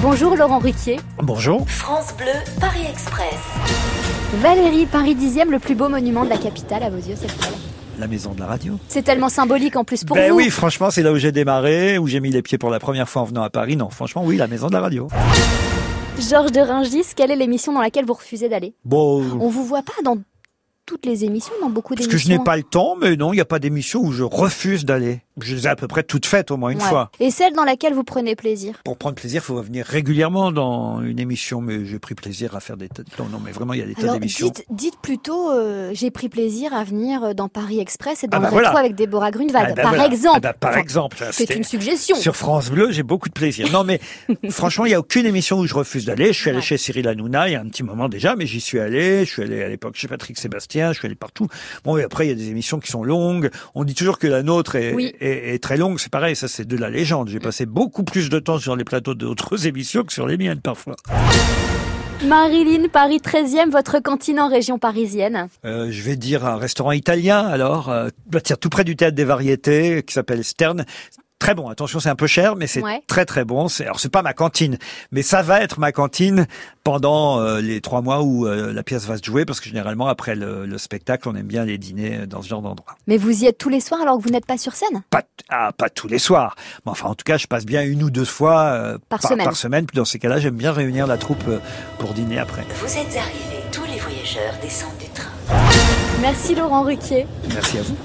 Bonjour Laurent Ruquier. Bonjour. France Bleu, Paris Express. Valérie, Paris 10e, le plus beau monument de la capitale, à vos yeux, c'est lequel La maison de la radio. C'est tellement symbolique en plus pour ben vous. oui, franchement, c'est là où j'ai démarré, où j'ai mis les pieds pour la première fois en venant à Paris. Non, franchement, oui, la maison de la radio. Georges de Ringis, quelle est l'émission dans laquelle vous refusez d'aller Bon, On vous voit pas dans toutes les émissions, dans beaucoup parce d'émissions. que je n'ai pas le temps, mais non, il n'y a pas d'émission où je refuse d'aller. Je les ai à peu près toutes faites, au moins une Ouais. fois. Et celle dans laquelle vous prenez plaisir Pour prendre plaisir, il faut venir régulièrement dans une émission, mais j'ai pris plaisir à faire des tas de... Non, non, mais vraiment, il y a des tas Alors d'émissions. dites, dites plutôt, euh, j'ai pris plaisir à venir euh, dans Paris Express et dans Ah bah le rétro voilà. avec Déborah Grunewald, Ah bah par voilà. exemple. Ah bah par Enfin, exemple, là, C'est c'était- une suggestion. Sur France Bleu, j'ai beaucoup de plaisir. Non, mais franchement, il n'y a aucune émission où je refuse d'aller. Je suis allé Ouais. chez Cyril Hanouna il y a un petit moment déjà, mais j'y suis allé. Je suis allé à l'époque chez Patrick Sébastien, je suis allé partout. Bon, et après, il y a des émissions qui sont longues. On dit toujours que la nôtre est, Oui. Mm. est- est très longue. C'est pareil, ça, c'est de la légende. J'ai passé beaucoup plus de temps sur les plateaux d'autres émissions que sur les miennes parfois. Marilyn, Paris 13e, votre cantine en région parisienne. Euh, je vais dire un restaurant italien, alors, euh, bah, tiens, tout près du théâtre des variétés, qui s'appelle Stern. Très bon, attention, c'est un peu cher, mais c'est Ouais. très très bon. C'est, alors, c'est pas ma cantine, mais ça va être ma cantine pendant euh, les trois mois où euh, la pièce va se jouer, parce que généralement, après le, le spectacle, on aime bien les dîners euh, dans ce genre d'endroit. Mais vous y êtes tous les soirs alors que vous n'êtes pas sur scène Pas, t- ah, pas tous les soirs, mais enfin, en tout cas, je passe bien une ou deux fois euh, Par semaine. par semaine. Puis dans ces cas-là, j'aime bien réunir la troupe euh, pour dîner après. Vous êtes arrivés. Tous les voyageurs descendent du train. Merci Laurent Ruquier. Merci à vous.